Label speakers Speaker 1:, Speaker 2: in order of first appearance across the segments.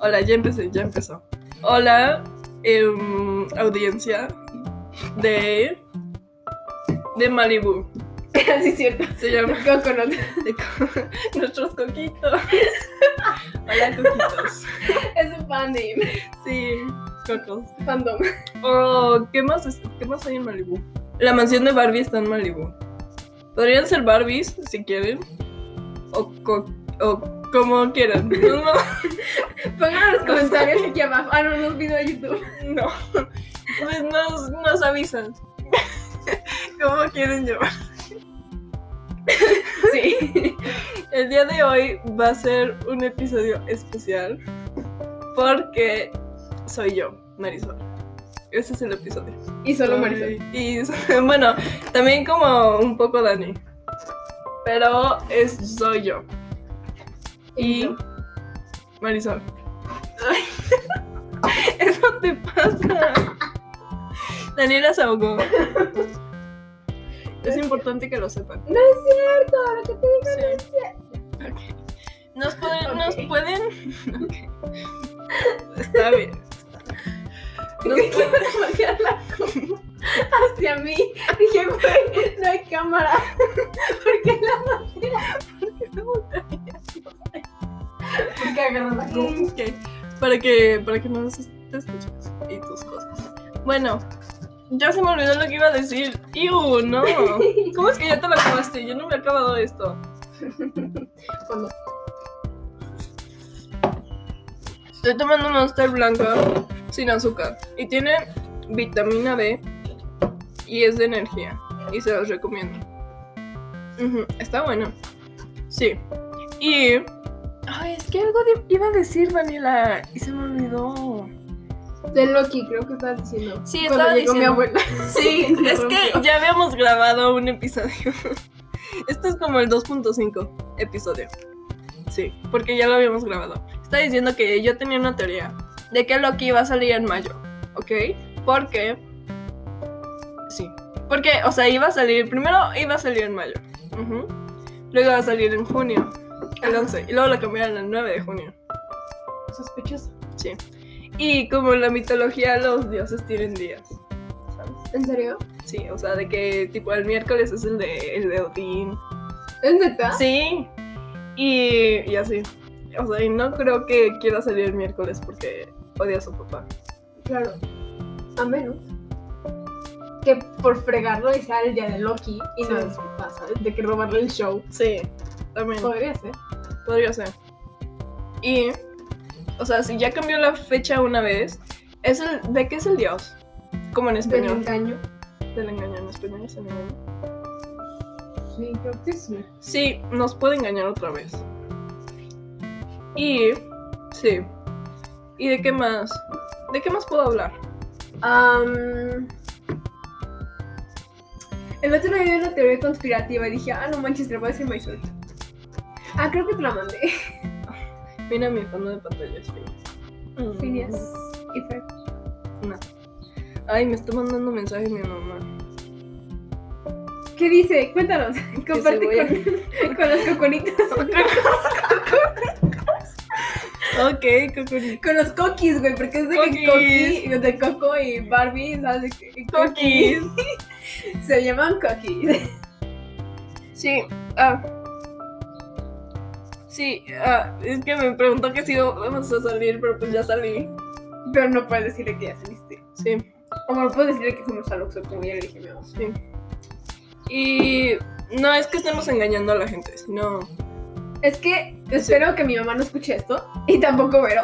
Speaker 1: Hola, ya empecé, ya empezó. Hola, em, audiencia de. de Malibu.
Speaker 2: Así es cierto.
Speaker 1: Se llama.
Speaker 2: Yo con otro.
Speaker 1: de co- nuestros coquitos. Hola, coquitos.
Speaker 2: Es un fan name.
Speaker 1: Sí, cocos.
Speaker 2: Fandom.
Speaker 1: Oh, ¿qué más, es- ¿qué más hay en Malibu? La mansión de Barbie está en Malibu. Podrían ser Barbies, si quieren. O, co- o como quieran. No, no,
Speaker 2: Pongan en los comentarios aquí abajo. Ah, no, no olvido de YouTube.
Speaker 1: no. Pues nos, nos avisan. ¿Cómo quieren llamar?
Speaker 2: Sí.
Speaker 1: El día de hoy va a ser un episodio especial porque soy yo, Marisol. Ese es el episodio.
Speaker 2: Y solo Marisol.
Speaker 1: Y bueno, también como un poco Dani. Pero es soy yo. Y
Speaker 2: yo.
Speaker 1: Marisol. Ay, Eso te pasa. Daniela se ahogó. Es importante que lo sepan.
Speaker 2: No es cierto, lo que te digo.
Speaker 1: Sí. Ok. Nos pueden. Nos
Speaker 2: Ok.
Speaker 1: pueden... ok. Está bien. Nos
Speaker 2: Creí que
Speaker 1: pueden-
Speaker 2: ibas a voltear la cama hacia mí. Dije, güey, no hay cámara. ¿Por qué la volteas? ¿Por qué agarras la cama?
Speaker 1: Ok, Para que, para que no nos es- te escuches y tus cosas. Bueno, ya se me olvidó lo que iba a decir. ¡Iu! No.
Speaker 2: Mm.
Speaker 1: ¿Cómo es que ya te lo acabaste? Yo no me he acabado esto.
Speaker 2: Cuando-
Speaker 1: Estoy tomando Monster Blanca sin azúcar. Y tiene vitamina D y es de energía. Y se los recomiendo. Ujú, Está bueno. Sí. Y. Ay, es que algo de- iba a decir, Vanilla. Y se me olvidó.
Speaker 2: De Loki, creo que estabas diciendo.
Speaker 1: Sí,
Speaker 2: Cuando
Speaker 1: estaba
Speaker 2: llegó mi
Speaker 1: diciendo.
Speaker 2: abuela.
Speaker 1: Sí,
Speaker 2: Me
Speaker 1: es que
Speaker 2: rompió.
Speaker 1: ya habíamos grabado un episodio. Esto es como el 2.5 episodio. Sí, porque ya lo habíamos grabado. Está diciendo que yo tenía una teoría de que Loki iba a salir en mayo, ¿ok? Porque... Sí. Porque, o sea, iba a salir... Primero iba a salir en mayo. ujú. Luego iba a salir en junio, el 11. Y luego lo cambiaron al 9 de junio.
Speaker 2: Sospechoso.
Speaker 1: Sí. Y como en la mitología los dioses tienen días. ¿Sabes?
Speaker 2: ¿En serio?
Speaker 1: Sí, o sea, de que tipo el miércoles es el de, el de Odín.
Speaker 2: ¿Es neta?
Speaker 1: Sí. Y, y así. O sea, y no creo que quiera salir el miércoles porque odia a su papá.
Speaker 2: Claro. A menos que por fregarlo y sea el día de Loki y no
Speaker 1: Sí.
Speaker 2: de su papá, ¿sabes? De que robarle el show.
Speaker 1: Sí, Pues. también.
Speaker 2: Podría ser.
Speaker 1: Podría ser. Y, o sea, si ya cambió la fecha una vez, es el, ¿de qué es el dios? Como en
Speaker 2: Del
Speaker 1: español.
Speaker 2: engaño.
Speaker 1: Del engaño, en español es el engaño.
Speaker 2: Sí, creo que sí.
Speaker 1: Sí, nos puede engañar otra vez. Y, sí. ¿Y de qué más? ¿De qué más puedo hablar?
Speaker 2: Am, el otro día vi una teoría conspirativa y dije, ah, no manches, te la voy a decir Marisol. Ah, creo que te la mandé.
Speaker 1: Mira mi fondo de pantalla, es Phineas. Mm.
Speaker 2: Phineas y Ferb.
Speaker 1: No. Ay, me está mandando mensaje mi mamá.
Speaker 2: ¿Qué dice? Cuéntanos. Comparte
Speaker 1: voy a-
Speaker 2: con, con los coconitos.
Speaker 1: ok, Cocori.
Speaker 2: Con los cookies, güey, porque es de que
Speaker 1: Cookies.
Speaker 2: cookie, de Coco y Barbie, ¿sabes? De que-
Speaker 1: Cookies.
Speaker 2: cookies. Se llaman cookies.
Speaker 1: Sí, ah. Sí, ah, es que me preguntó que si vamos a salir, pero pues ya salí.
Speaker 2: Pero no puedes decirle que ya saliste.
Speaker 1: Sí,
Speaker 2: O no puedes decirle que fuimos al Oxxo, como ya le dije a mi mamá.
Speaker 1: sí. Y no es que estemos engañando a la gente, sino.
Speaker 2: Es que espero que mi mamá no escuche esto, y tampoco Vero.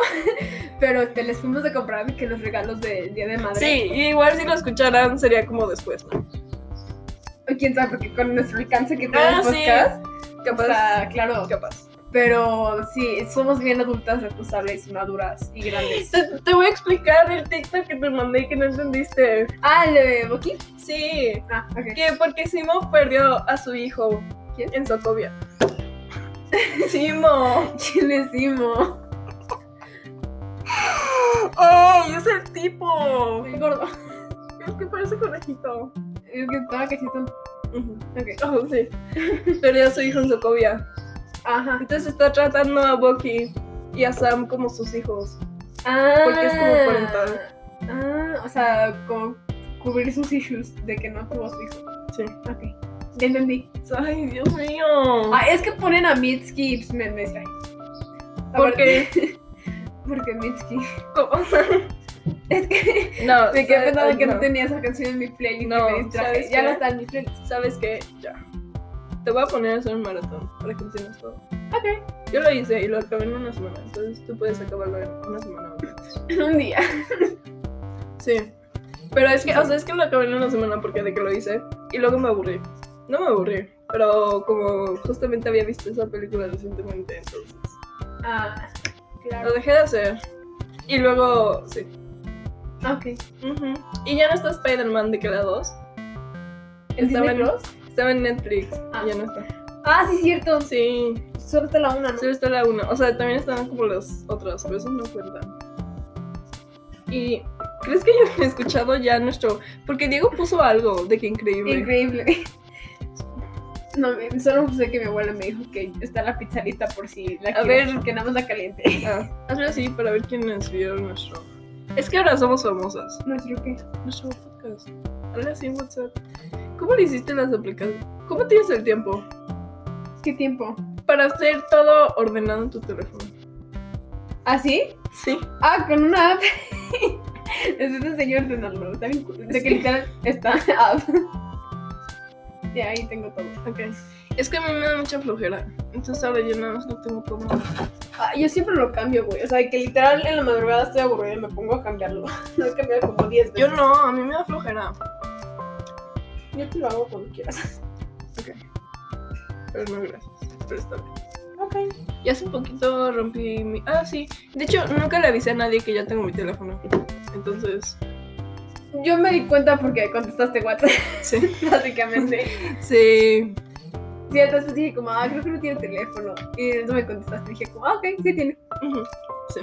Speaker 2: Pero este, les fuimos de comprar de que los regalos del Día de Madre.
Speaker 1: Sí, igual si lo escucharan sería como después, ¿no?
Speaker 2: O quién sabe, porque con nuestro alcance que tiene
Speaker 1: Ah,
Speaker 2: el
Speaker 1: sí.
Speaker 2: podcast. O
Speaker 1: Capaz.
Speaker 2: sea, claro.
Speaker 1: Capaz.
Speaker 2: Pero sí, somos bien adultas, responsables, maduras y grandes.
Speaker 1: Te, te voy a explicar el TikTok que te mandé y que no entendiste.
Speaker 2: Ah, ¿el de Boqui?
Speaker 1: Sí,
Speaker 2: Ah, ok.
Speaker 1: que porque Simo perdió a su hijo
Speaker 2: ¿Quién?
Speaker 1: en Socovia. Simo.
Speaker 2: ¿Quién es Simo?
Speaker 1: ¡Ay, es el tipo!
Speaker 2: El gordo.
Speaker 1: Es que parece conejito.
Speaker 2: El que estaba cachito. Ok.
Speaker 1: Oh, sí. Perdió a su hijo en Socovia.
Speaker 2: Ajá.
Speaker 1: Entonces está tratando a Bucky y a Sam como sus hijos.
Speaker 2: Ah.
Speaker 1: Porque es como parental.
Speaker 2: Ah, o sea, como cubrir sus issues de que no tuvo su hijo.
Speaker 1: Sí.
Speaker 2: Ok. Ya entendí.
Speaker 1: Ay, Dios mío.
Speaker 2: Ah, es que ponen a Mitski y pues, me, me distrae.
Speaker 1: Porque,
Speaker 2: Porque Mitski.
Speaker 1: ¿cómo?
Speaker 2: Es que
Speaker 1: No,
Speaker 2: me quedé
Speaker 1: ¿sabes?
Speaker 2: pensando que no
Speaker 1: No.
Speaker 2: tenía esa canción en mi playlist.
Speaker 1: No,
Speaker 2: y me distraje.
Speaker 1: ¿sabes
Speaker 2: Ya
Speaker 1: qué?
Speaker 2: no está en mi playlist.
Speaker 1: ¿Sabes qué? Ya. Te voy a poner a hacer un maratón para que entiendas todo.
Speaker 2: Ok.
Speaker 1: Yo lo hice y lo acabé en una semana, entonces tú puedes acabarlo en una semana o menos.
Speaker 2: Un día.
Speaker 1: Sí. Pero es que, o sea, es que lo acabé en una semana porque de que lo hice y luego me aburrí. No me aburrí, pero como justamente había visto esa película recientemente, entonces
Speaker 2: Ah, claro.
Speaker 1: lo dejé de hacer. Y luego, sí.
Speaker 2: Ok.
Speaker 1: Ujú. Y ya no está Spider-Man de que la 2.
Speaker 2: ¿El
Speaker 1: Estaba
Speaker 2: Disney
Speaker 1: en,
Speaker 2: Plus?
Speaker 1: estaba en Netflix.
Speaker 2: Ah.
Speaker 1: Y ya no está.
Speaker 2: Ah, sí, cierto.
Speaker 1: Sí,
Speaker 2: Solo está la una, ¿no?
Speaker 1: solo está la 1. O sea, también están como las otras, pero eso no cuentan. Y, ¿crees que yo he escuchado ya nuestro...? Porque Diego puso algo de que
Speaker 2: Increíble. No, me- solo sé que mi abuela me dijo que está la pizza lista por si la
Speaker 1: A
Speaker 2: quieres,
Speaker 1: ver.
Speaker 2: que nada más la caliente.
Speaker 1: Ah, hazlo así para ver quiénes vieron nuestro. Es que ahora somos famosas.
Speaker 2: No creo que.
Speaker 1: Nuestro podcast. Hazlo así en WhatsApp. ¿Cómo le hiciste las aplicaciones? ¿Cómo tienes el tiempo
Speaker 2: ¿Qué tiempo?
Speaker 1: para hacer todo ordenado en tu teléfono?
Speaker 2: ¿Ah, sí?
Speaker 1: Sí.
Speaker 2: Ah, con una app. este Necesito enseñar a ordenarlo. Está bien cool. De que
Speaker 1: Sí.
Speaker 2: literal está app. Y ahí tengo todo.
Speaker 1: Ok. Es que a mí me da mucha flojera. Entonces ahora yo nada más no tengo como.
Speaker 2: Ah, yo siempre lo cambio, güey. O sea, que literal en la madrugada estoy aburrida y me pongo a cambiarlo. Lo he cambiado como 10 veces.
Speaker 1: Yo no, a mí me da flojera.
Speaker 2: Yo te lo hago cuando quieras.
Speaker 1: Pero no, gracias. Pero está bien.
Speaker 2: Ok.
Speaker 1: Y hace poquito rompí mi. Ah, sí. De hecho, nunca le avisé a nadie que ya tengo mi teléfono. Entonces,
Speaker 2: Yo me di cuenta porque contestaste WhatsApp,
Speaker 1: sí.
Speaker 2: básicamente.
Speaker 1: Sí.
Speaker 2: Sí, entonces dije como, ah, creo que no tiene teléfono. Y entonces me contestaste y dije como, ah, ok, sí tiene.
Speaker 1: Ujú.
Speaker 2: Sí.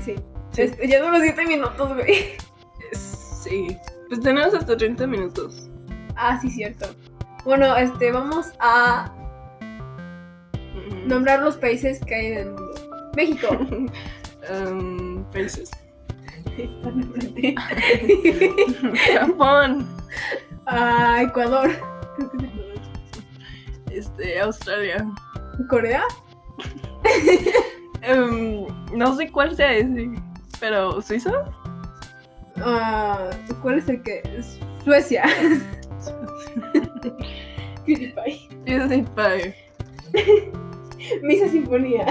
Speaker 1: Sí.
Speaker 2: Este, ya son los 7 minutos, güey.
Speaker 1: Sí. Pues tenemos hasta 30 minutos.
Speaker 2: Ah, sí, cierto. Bueno, este, vamos a
Speaker 1: Mm.
Speaker 2: nombrar los países que hay en el mundo. México.
Speaker 1: Em, países.
Speaker 2: Están enfrente.
Speaker 1: Japón.
Speaker 2: ah, Ecuador. Creo que es Ecuador.
Speaker 1: Este, Australia.
Speaker 2: Corea.
Speaker 1: Em, no sé cuál sea ese. Pero, ¿Suiza?
Speaker 2: Ah, ¿Cuál es el que? es? Suecia. PewDiePie.
Speaker 1: PewDiePie.
Speaker 2: Misa Sinfonía.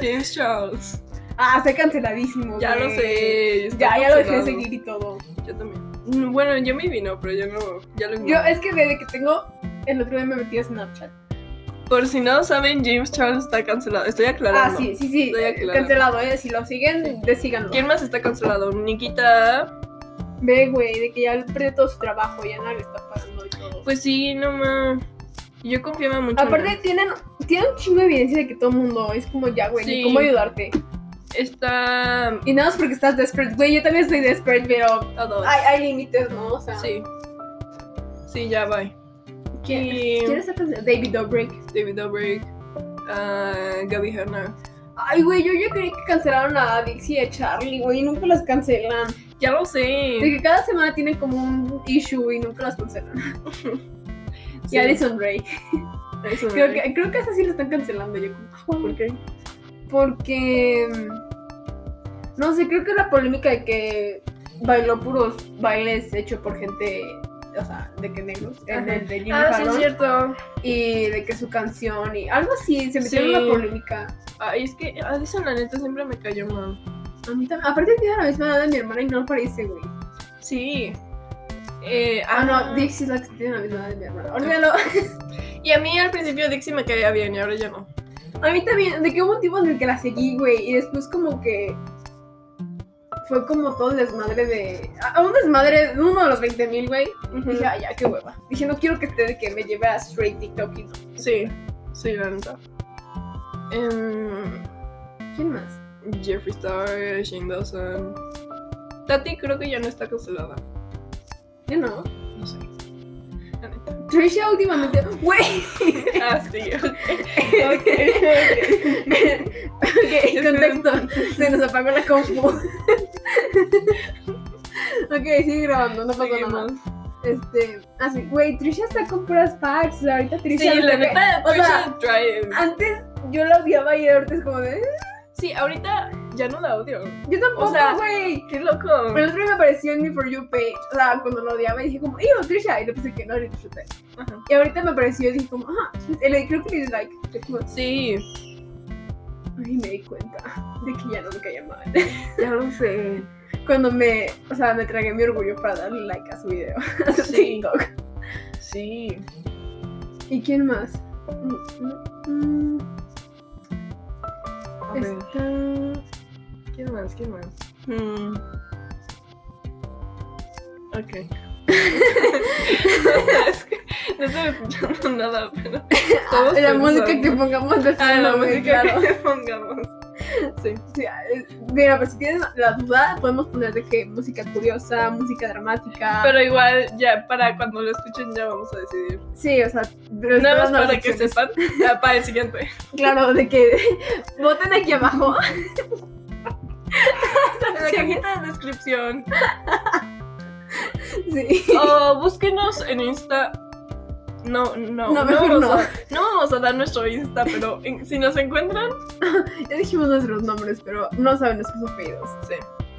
Speaker 1: James Charles.
Speaker 2: Ah, está canceladísimo.
Speaker 1: Ya lo
Speaker 2: güey.
Speaker 1: sé. está
Speaker 2: Ya, ya lo dejé de
Speaker 1: cancelado.
Speaker 2: seguir y todo.
Speaker 1: Yo también. Mm, Bueno, yo me vino, pero yo no. Ya lo
Speaker 2: Yo,
Speaker 1: ignoré.
Speaker 2: es que desde que tengo. El otro día me metí a Snapchat.
Speaker 1: Por si no saben, James Charles está cancelado. Estoy aclarando.
Speaker 2: Ah, sí, sí, sí.
Speaker 1: Estoy aclarando.
Speaker 2: Cancelado, ¿eh? Si lo siguen, desíganlo.
Speaker 1: ¿Quién más está cancelado? Nikita.
Speaker 2: Ve, güey, de que ya perdió todo su trabajo, ya nada le está pagando y todo.
Speaker 1: Pues sí, no más. Yo confiaba mucho. en
Speaker 2: Aparte,
Speaker 1: él.
Speaker 2: tienen, tienen un chingo de evidencia de que todo el mundo es como ya, güey, ni
Speaker 1: Sí.
Speaker 2: cómo ayudarte.
Speaker 1: está
Speaker 2: Y nada más porque estás desperate. Güey, yo también estoy desperate, pero
Speaker 1: todo.
Speaker 2: hay, hay límites, ¿no? O sea,
Speaker 1: Sí. Sí, ya va.
Speaker 2: ¿quién,
Speaker 1: Y
Speaker 2: ¿quién está cancelado? David Dobrik.
Speaker 1: David Dobrik, ah, Gaby Hanna.
Speaker 2: Ay, güey, yo, yo creí que cancelaron a Dixie y a Charlie, güey, y nunca las cancelan.
Speaker 1: Ya lo
Speaker 2: De
Speaker 1: sé.
Speaker 2: que cada semana tienen como un issue y nunca las cancelan.
Speaker 1: Sí,
Speaker 2: Y Alison Ray.
Speaker 1: eso me-
Speaker 2: Creo que, creo que esa sí la están cancelando, yo como, "Ah, güey".
Speaker 1: ¿Por qué?
Speaker 2: Porque. mm, No sé, creo que la polémica de que bailó puros bailes hechos por gente. O sea, de que negros. En
Speaker 1: Ajá.
Speaker 2: el de Jimmy
Speaker 1: Ah, sí, es
Speaker 2: Fallon,
Speaker 1: cierto.
Speaker 2: Y de que su canción y algo así. Se metió en
Speaker 1: Sí.
Speaker 2: una polémica.
Speaker 1: Ay, es que Alison, la neta, siempre me cayó mal.
Speaker 2: A mí también. Aparte, tiene la misma edad de mi hermana y no lo parece, güey.
Speaker 1: Sí. Eh,
Speaker 2: Ah, no,
Speaker 1: ah,
Speaker 2: Dixie es la que tiene la misma edad de mi hermana. Olvídalo.
Speaker 1: Y a mí al principio Dixie me caía bien y ahora ya no.
Speaker 2: A mí también. De que hubo un tiempo en el que la seguí, güey. Y después, como que. Fue como todo el desmadre de. a- a Un desmadre de uno de los 20 mil, güey. Dije, ay, ya, qué hueva. Dije, no quiero que esté de que me lleve a straight TikTok y no.
Speaker 1: Sí, sí, la neta. Em,
Speaker 2: ¿Quién más?
Speaker 1: Jeffree Star, Shane Dawson. Tati creo que ya no está cancelada.
Speaker 2: Yo no.
Speaker 1: No sé. la neta.
Speaker 2: Trisha últimamente. ¡Güey!
Speaker 1: Ah, sí, ok. Ok, ok.
Speaker 2: Ok, contexto. Se nos apagó la compu. ok, sigue grabando, no pasó nada.
Speaker 1: Seguimos.
Speaker 2: Este, así, güey, Trisha está con puras packs. o sea, ahorita
Speaker 1: Sí,
Speaker 2: Trisha.
Speaker 1: la
Speaker 2: lo que-
Speaker 1: neta,
Speaker 2: o sea, ah.
Speaker 1: Trisha Drive.
Speaker 2: antes yo la odiaba y ahorita es como de. "Eh,
Speaker 1: Sí, ahorita ya no la odio.
Speaker 2: Yo tampoco,
Speaker 1: O sea-
Speaker 2: güey.
Speaker 1: Qué loco.
Speaker 2: Pero el otro día me apareció en mi For You page. O sea, cuando lo odiaba y dije como, ¡Iba Trisha! Y le puse que no, le puse que-
Speaker 1: Ajá.
Speaker 2: Y ahorita me apareció y dije como, ¡Ah! y le- Creo que le di like. Yo como,
Speaker 1: Sí,
Speaker 2: Ay, me di cuenta de que ya no me caía mal.
Speaker 1: ya lo sé.
Speaker 2: Cuando me, o sea, me tragué mi orgullo para darle like a su video, a su
Speaker 1: Sí.
Speaker 2: TikTok.
Speaker 1: Sí.
Speaker 2: ¿Y quién más? Mm, mm, mm.
Speaker 1: A
Speaker 2: Este,
Speaker 1: ver,
Speaker 2: Está...
Speaker 1: ¿quién más? ¿Quién más? Hmm. Ok. es que no estoy escuchando nada, pero. estamos
Speaker 2: La música
Speaker 1: pensando.
Speaker 2: que pongamos de
Speaker 1: Ah, la
Speaker 2: fondo, güey,
Speaker 1: música
Speaker 2: claro.
Speaker 1: que pongamos. Sí.
Speaker 2: Sí, es- mira, pero si tienes la duda, podemos poner de que música curiosa, música dramática.
Speaker 1: Pero igual, ya para cuando lo escuchen, ya vamos a decidir.
Speaker 2: sí, o sea, pero
Speaker 1: Nada más
Speaker 2: todas las
Speaker 1: para que
Speaker 2: opciones.
Speaker 1: sepan. Ya, para el siguiente.
Speaker 2: Claro, de que voten aquí abajo.
Speaker 1: En la cajita de descripción.
Speaker 2: Sí.
Speaker 1: O búsquenos en Insta. No, no,
Speaker 2: No, mejor
Speaker 1: vamos
Speaker 2: no.
Speaker 1: a- no vamos a dar nuestro Insta, pero en- si nos encuentran,
Speaker 2: Ya dijimos nuestros nombres, pero no saben nuestros apellidos.
Speaker 1: sí.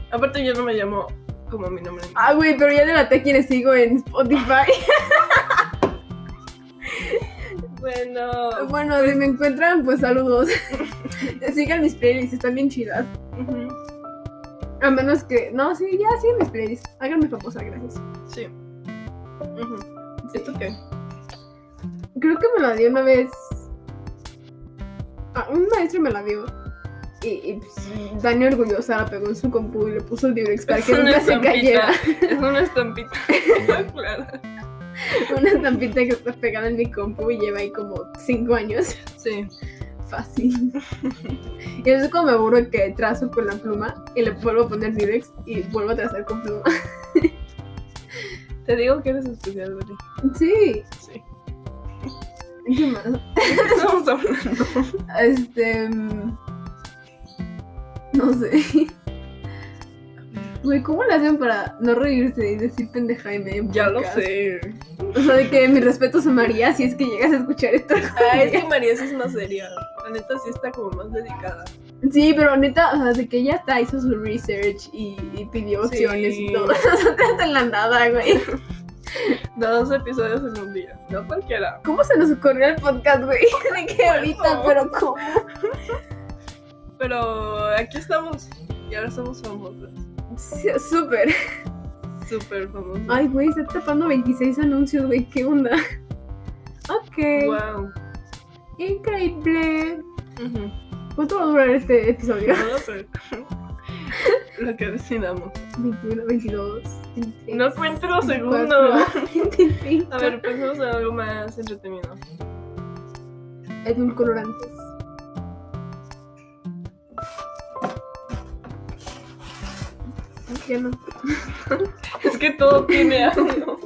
Speaker 1: Aparte yo no me llamo como mi nombre.
Speaker 2: Ah, güey, pero ya delaté a quienes sigo en Spotify.
Speaker 1: Bueno.
Speaker 2: Bueno, si me encuentran, pues saludos. Sigan mis playlists, están bien chidas.
Speaker 1: ujú,
Speaker 2: A menos que. No, sí, ya sigan mis playlists. Háganme famosa, gracias.
Speaker 1: Sí. Ujú.
Speaker 2: Sí.
Speaker 1: ¿Esto qué?
Speaker 2: Creo que me la dio una vez. Ah, un maestro me la dio. Y, y pues, Dani orgullosa la pegó en su compu y le puso el Durex para que
Speaker 1: Es una
Speaker 2: nunca se cayera.
Speaker 1: Es una estampita. claro.
Speaker 2: Una estampita que está pegada en mi compu y lleva ahí como 5 años.
Speaker 1: Sí.
Speaker 2: Fácil. Y eso es como me aburro que trazo con la pluma y le vuelvo a poner Durex y vuelvo a trazar con pluma.
Speaker 1: Te digo que eres especial, Dori.
Speaker 2: Sí.
Speaker 1: Sí.
Speaker 2: ¿Qué más?
Speaker 1: ¿De qué estamos hablando?
Speaker 2: Este. mm, No sé. Güey, ¿cómo le hacen para no reírse y decir pendeja y medio?
Speaker 1: Ya lo
Speaker 2: podcast?
Speaker 1: sé.
Speaker 2: O sea, de que mis respetos a María si es que llegas a escuchar esto. algún
Speaker 1: Ah, es que
Speaker 2: día.
Speaker 1: María sí es más seria. La neta sí está como más dedicada.
Speaker 2: Sí, pero neta, o sea, de que ella hasta hizo su research y, y pidió
Speaker 1: Sí.
Speaker 2: opciones y todo. O sea, te hasta en la nada, güey.
Speaker 1: Dos episodios en un día. No cualquiera.
Speaker 2: ¿Cómo se nos ocurrió el podcast, güey? De que ahorita, pero ¿cómo?
Speaker 1: Pero aquí estamos. Y ahora somos famosas.
Speaker 2: Sí, Súper.
Speaker 1: Súper famosas.
Speaker 2: Ay, güey, está tapando 26 anuncios, güey, ¿qué onda? Ok.
Speaker 1: Wow.
Speaker 2: Increíble. ¿Cuánto va a durar este episodio?
Speaker 1: No lo sé. Lo que decidamos.
Speaker 2: 21, 22, 23.
Speaker 1: No encuentro
Speaker 2: 24,
Speaker 1: segundo.
Speaker 2: 25.
Speaker 1: A ver, pensemos en algo más entretenido.
Speaker 2: Edulcorantes. Ya no.
Speaker 1: Es que todo tiene algo.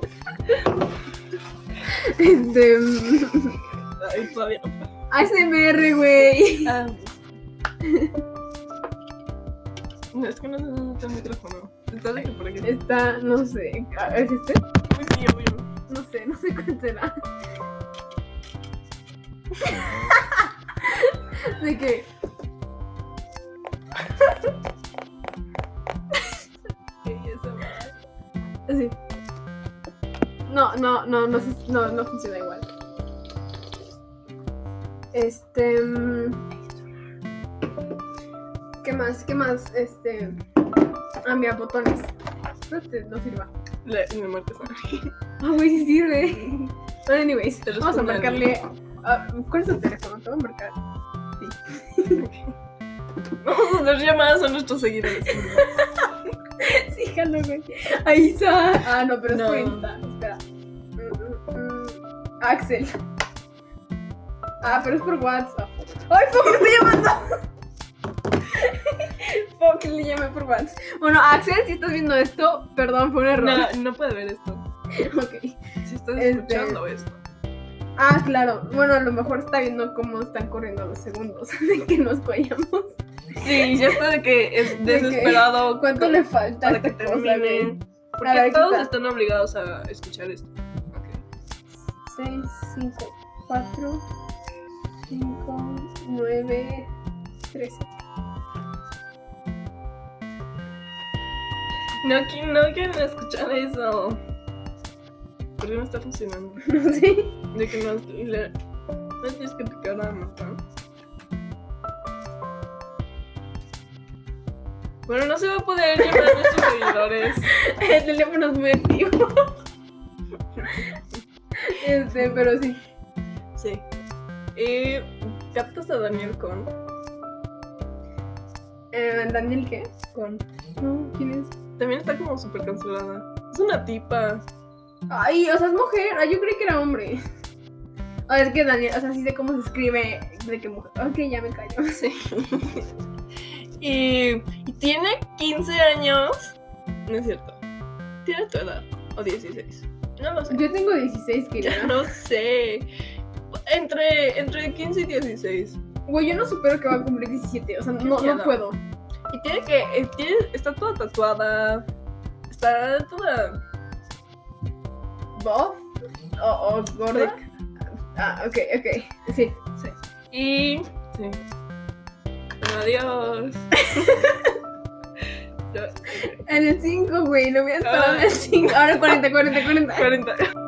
Speaker 2: Este. mm,
Speaker 1: Ay, todavía.
Speaker 2: ASMR, güey.
Speaker 1: Ah. No, es que no se necesita el micrófono. Está de que por aquí.
Speaker 2: Está, no sé. a- ¿Es este?
Speaker 1: Uy, sí, obvio.
Speaker 2: No sé, no sé cuál será. De que.
Speaker 1: Ok, eso va.
Speaker 2: Así. No, no, no, no, se- no, no funciona igual. Este. mm, ¿Qué más? ¿Ququé más? Este. Ah, mira, botones. Espero que no sirva.
Speaker 1: La, la muerte es
Speaker 2: Ah, güey, sí sirve. Bueno, anyways,
Speaker 1: Te
Speaker 2: vamos a
Speaker 1: responden.
Speaker 2: marcarle. ah, ¿Cuál es tu teléfono? Te voy a marcar.
Speaker 1: Vamos a hacer llamadas a nuestros seguidores.
Speaker 2: Sí, jalo, güey. Ahí está. Ah, no, pero
Speaker 1: No.
Speaker 2: es cuenta. Espera. Mm, mm, mm. Axel. Ah, pero es por WhatsApp. ¡Ay, fuck! ¡Me estoy llamando! fuck, le llamé por WhatsApp. Bueno, Axel, si estás viendo esto, perdón, fue un error.
Speaker 1: No, no puede ver esto.
Speaker 2: Ok.
Speaker 1: Sí, estás
Speaker 2: Este-
Speaker 1: escuchando esto.
Speaker 2: Ah, claro. Bueno, a lo mejor está viendo cómo están corriendo los segundos de que nos callamos.
Speaker 1: Sí, ya está de que es
Speaker 2: De que-
Speaker 1: desesperado.
Speaker 2: ¿Cuánto le falta
Speaker 1: para
Speaker 2: a
Speaker 1: que
Speaker 2: esta cosa, güey?
Speaker 1: termine? Porque
Speaker 2: A ver, aquí
Speaker 1: todos
Speaker 2: está.
Speaker 1: están obligados a escuchar esto. Ok.
Speaker 2: 6, 5, 4, 5, 9, 13.
Speaker 1: No, qui- no quieren escuchar eso. ¿Por qué no está funcionando?
Speaker 2: Sí.
Speaker 1: De que no, le- no tienes que picar nada más, ¿no? Bueno, no se va a poder llamar a nuestros seguidores.
Speaker 2: El teléfono es muy antiguo. Este, pero sí.
Speaker 1: Sí. Eh, ¿Captas a Daniel con?
Speaker 2: Eh, ¿Daniel qué?
Speaker 1: Con.
Speaker 2: No, ¿quién es?
Speaker 1: También está como súper cancelada. Es una tipa.
Speaker 2: Ay, o sea, es mujer. Ay, yo creí que era hombre. Ah, es que Daniel, o sea, sí sé cómo se escribe de qué mujer. Ok, ya me callo.
Speaker 1: Sí. y, y tiene 15 años. No es cierto. Tiene tu edad. O 16. No lo sé.
Speaker 2: Yo tengo 16, que
Speaker 1: Ya no sé. Entre, entre 15 y 16.
Speaker 2: Güey, yo no supero que va a cumplir 17. O sea, no,
Speaker 1: miedo.
Speaker 2: no puedo.
Speaker 1: Y tiene que. eh, tiene- está toda tatuada. Está toda.
Speaker 2: ¿Buff? ¿O, o gorda? Oh, Ah, ok, ok. Sí.
Speaker 1: Y. Sí. Bueno, adiós. Yo-
Speaker 2: En el 5, güey. Lo voy a esperar en el 5. Ahora 40, 40, 40.
Speaker 1: 40.